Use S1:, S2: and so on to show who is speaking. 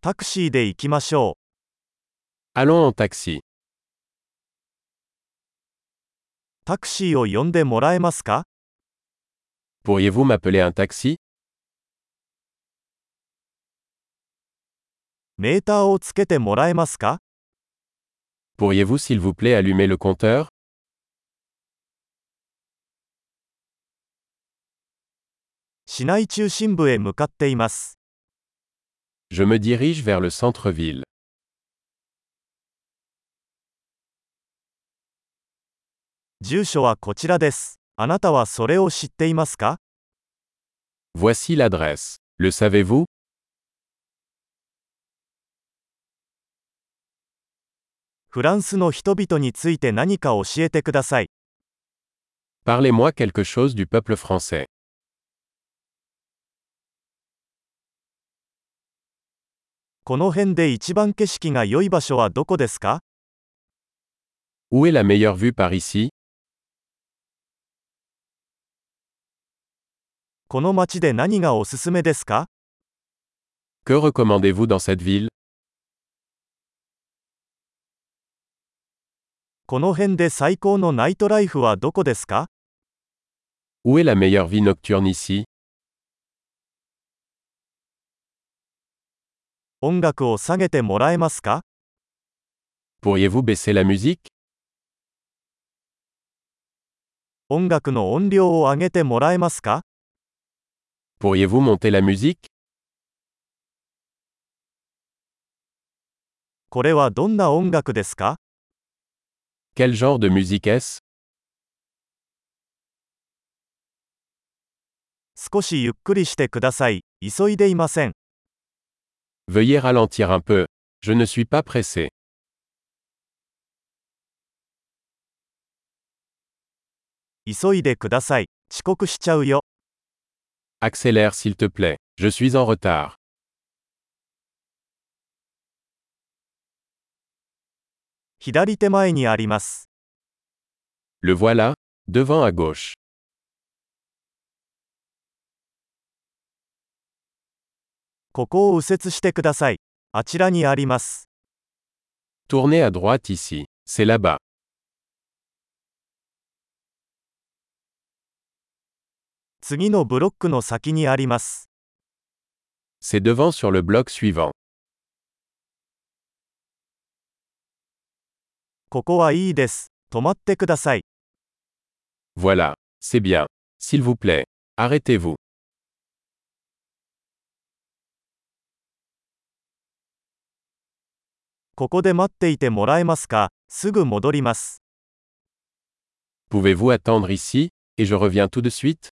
S1: タクシーで行きましょ
S2: Allons en taxi.
S1: う。タクシーを呼んでもらえますか
S2: Pourriez-vous m'appeler un taxi
S1: メーターをつけてもらえますか
S2: Pourriez-vous s'il vous plaît allumer le compteur
S1: 市内中心部へ向かっています。
S2: Je me dirige vers le centre-ville.
S1: 住所はこちらです。あなたはそれを知っていますか
S2: Voici l'adresse. Le savez-vous
S1: フランスの人々について何か教えてください。
S2: Parlez-moi quelque chose du peuple français.
S1: この辺で一番景色が良い場所はどこですか
S2: Où est la meilleure vue par ici
S1: この街で何がおすすめですか
S2: Que recommandez-vous dans cette ville
S1: この辺で最高のナイトライフはどこですか
S2: Où est la meilleure vie nocturne ici
S1: 音楽を下げてもらえますか
S2: Pourriez-vous baisser la musique
S1: 音楽の音量を上げてもらえますか
S2: Pourriez-vous monter la musique
S1: これはどんな音楽ですか
S2: Quel genre de musique est-ce
S1: 少しゆっくりしてください。急いでいません。
S2: Veuillez ralentir un peu. Je ne suis pas pressé.
S1: 急いでください。遅刻しちゃうよ。
S2: Accélère s'il te plaît. Je suis en retard.
S1: 左手前にあります。
S2: Le voilà, devant à gauche.
S1: ここを右折してください。あちらにあります。
S2: Tournez à droite ici. C'est là-bas.
S1: 次のブロックの先にあります。
S2: C'est devant sur le bloc suivant.
S1: ここはいいです。止まってください。
S2: Voilà. C'est bien. S'il vous plaît. Arrêtez-vous.
S1: ここで待っていてもらえますかすぐ戻ります。
S2: Pouvez-vous attendre ici, et je reviens tout de suite